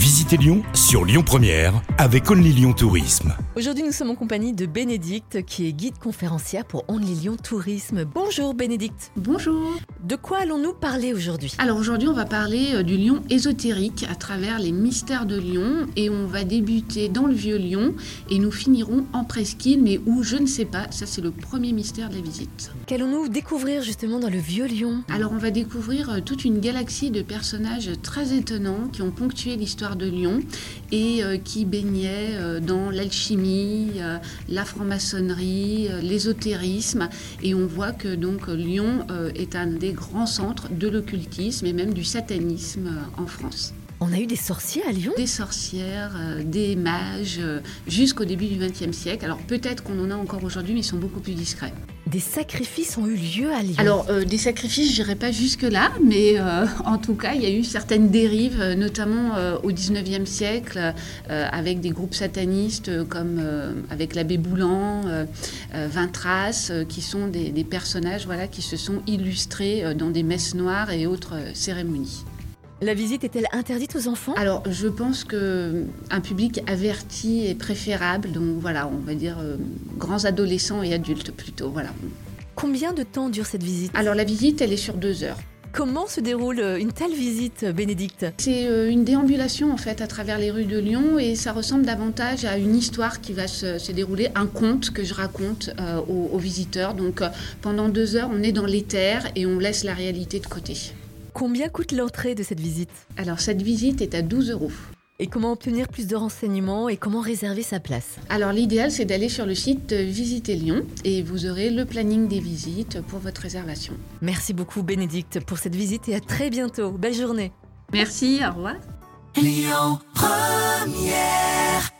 Cité Lyon sur Lyon Première avec Only Lyon Tourisme. Aujourd'hui, nous sommes en compagnie de Bénédicte, qui est guide conférencière pour Only Lyon Tourisme. Bonjour Bénédicte. Bonjour. De quoi allons-nous parler aujourd'hui Alors aujourd'hui, on va parler euh, du lion ésotérique à travers les mystères de Lyon et on va débuter dans le vieux Lyon et nous finirons en presqu'île, mais où je ne sais pas. Ça, c'est le premier mystère de la visite. Qu'allons-nous découvrir justement dans le vieux Lyon Alors on va découvrir euh, toute une galaxie de personnages très étonnants qui ont ponctué l'histoire de Lyon et euh, qui baignaient euh, dans l'alchimie, euh, la franc-maçonnerie, euh, l'ésotérisme et on voit que donc euh, Lyon euh, est un des grands centres de l'occultisme et même du satanisme euh, en France. On a eu des sorciers à Lyon des sorcières, euh, des mages, euh, jusqu'au début du XXe siècle. Alors peut-être qu'on en a encore aujourd'hui, mais ils sont beaucoup plus discrets. Des sacrifices ont eu lieu à Lyon. Alors euh, des sacrifices, j'irai pas jusque-là, mais euh, en tout cas, il y a eu certaines dérives, euh, notamment euh, au XIXe siècle, euh, avec des groupes satanistes euh, comme euh, avec l'abbé Boulan, euh, euh, Vintras, euh, qui sont des, des personnages voilà, qui se sont illustrés euh, dans des messes noires et autres euh, cérémonies. la visite est-elle interdite aux enfants Alors, je pense que euh, un public averti est préférable. Donc voilà, on va dire euh, grands adolescents et adultes plutôt. Voilà. Combien de temps dure cette visite Alors la visite, elle est sur deux heures. Comment se déroule euh, une telle visite, euh, Bénédicte C'est euh, une déambulation en fait à travers les rues de Lyon et ça ressemble davantage à une histoire qui va se, se dérouler, un conte que je raconte euh, aux, aux visiteurs. Donc euh, pendant deux heures, on est dans l'éther et on laisse la réalité de côté. Combien coûte l'entrée de cette visite Alors cette visite est à 12 euros. Et comment obtenir plus de renseignements et comment réserver sa place Alors l'idéal c'est d'aller sur le site euh, Visiter Lyon et vous aurez le planning des visites pour votre réservation. Merci beaucoup Bénédicte pour cette visite et à très bientôt. Belle journée Merci, au revoir. Lyon Première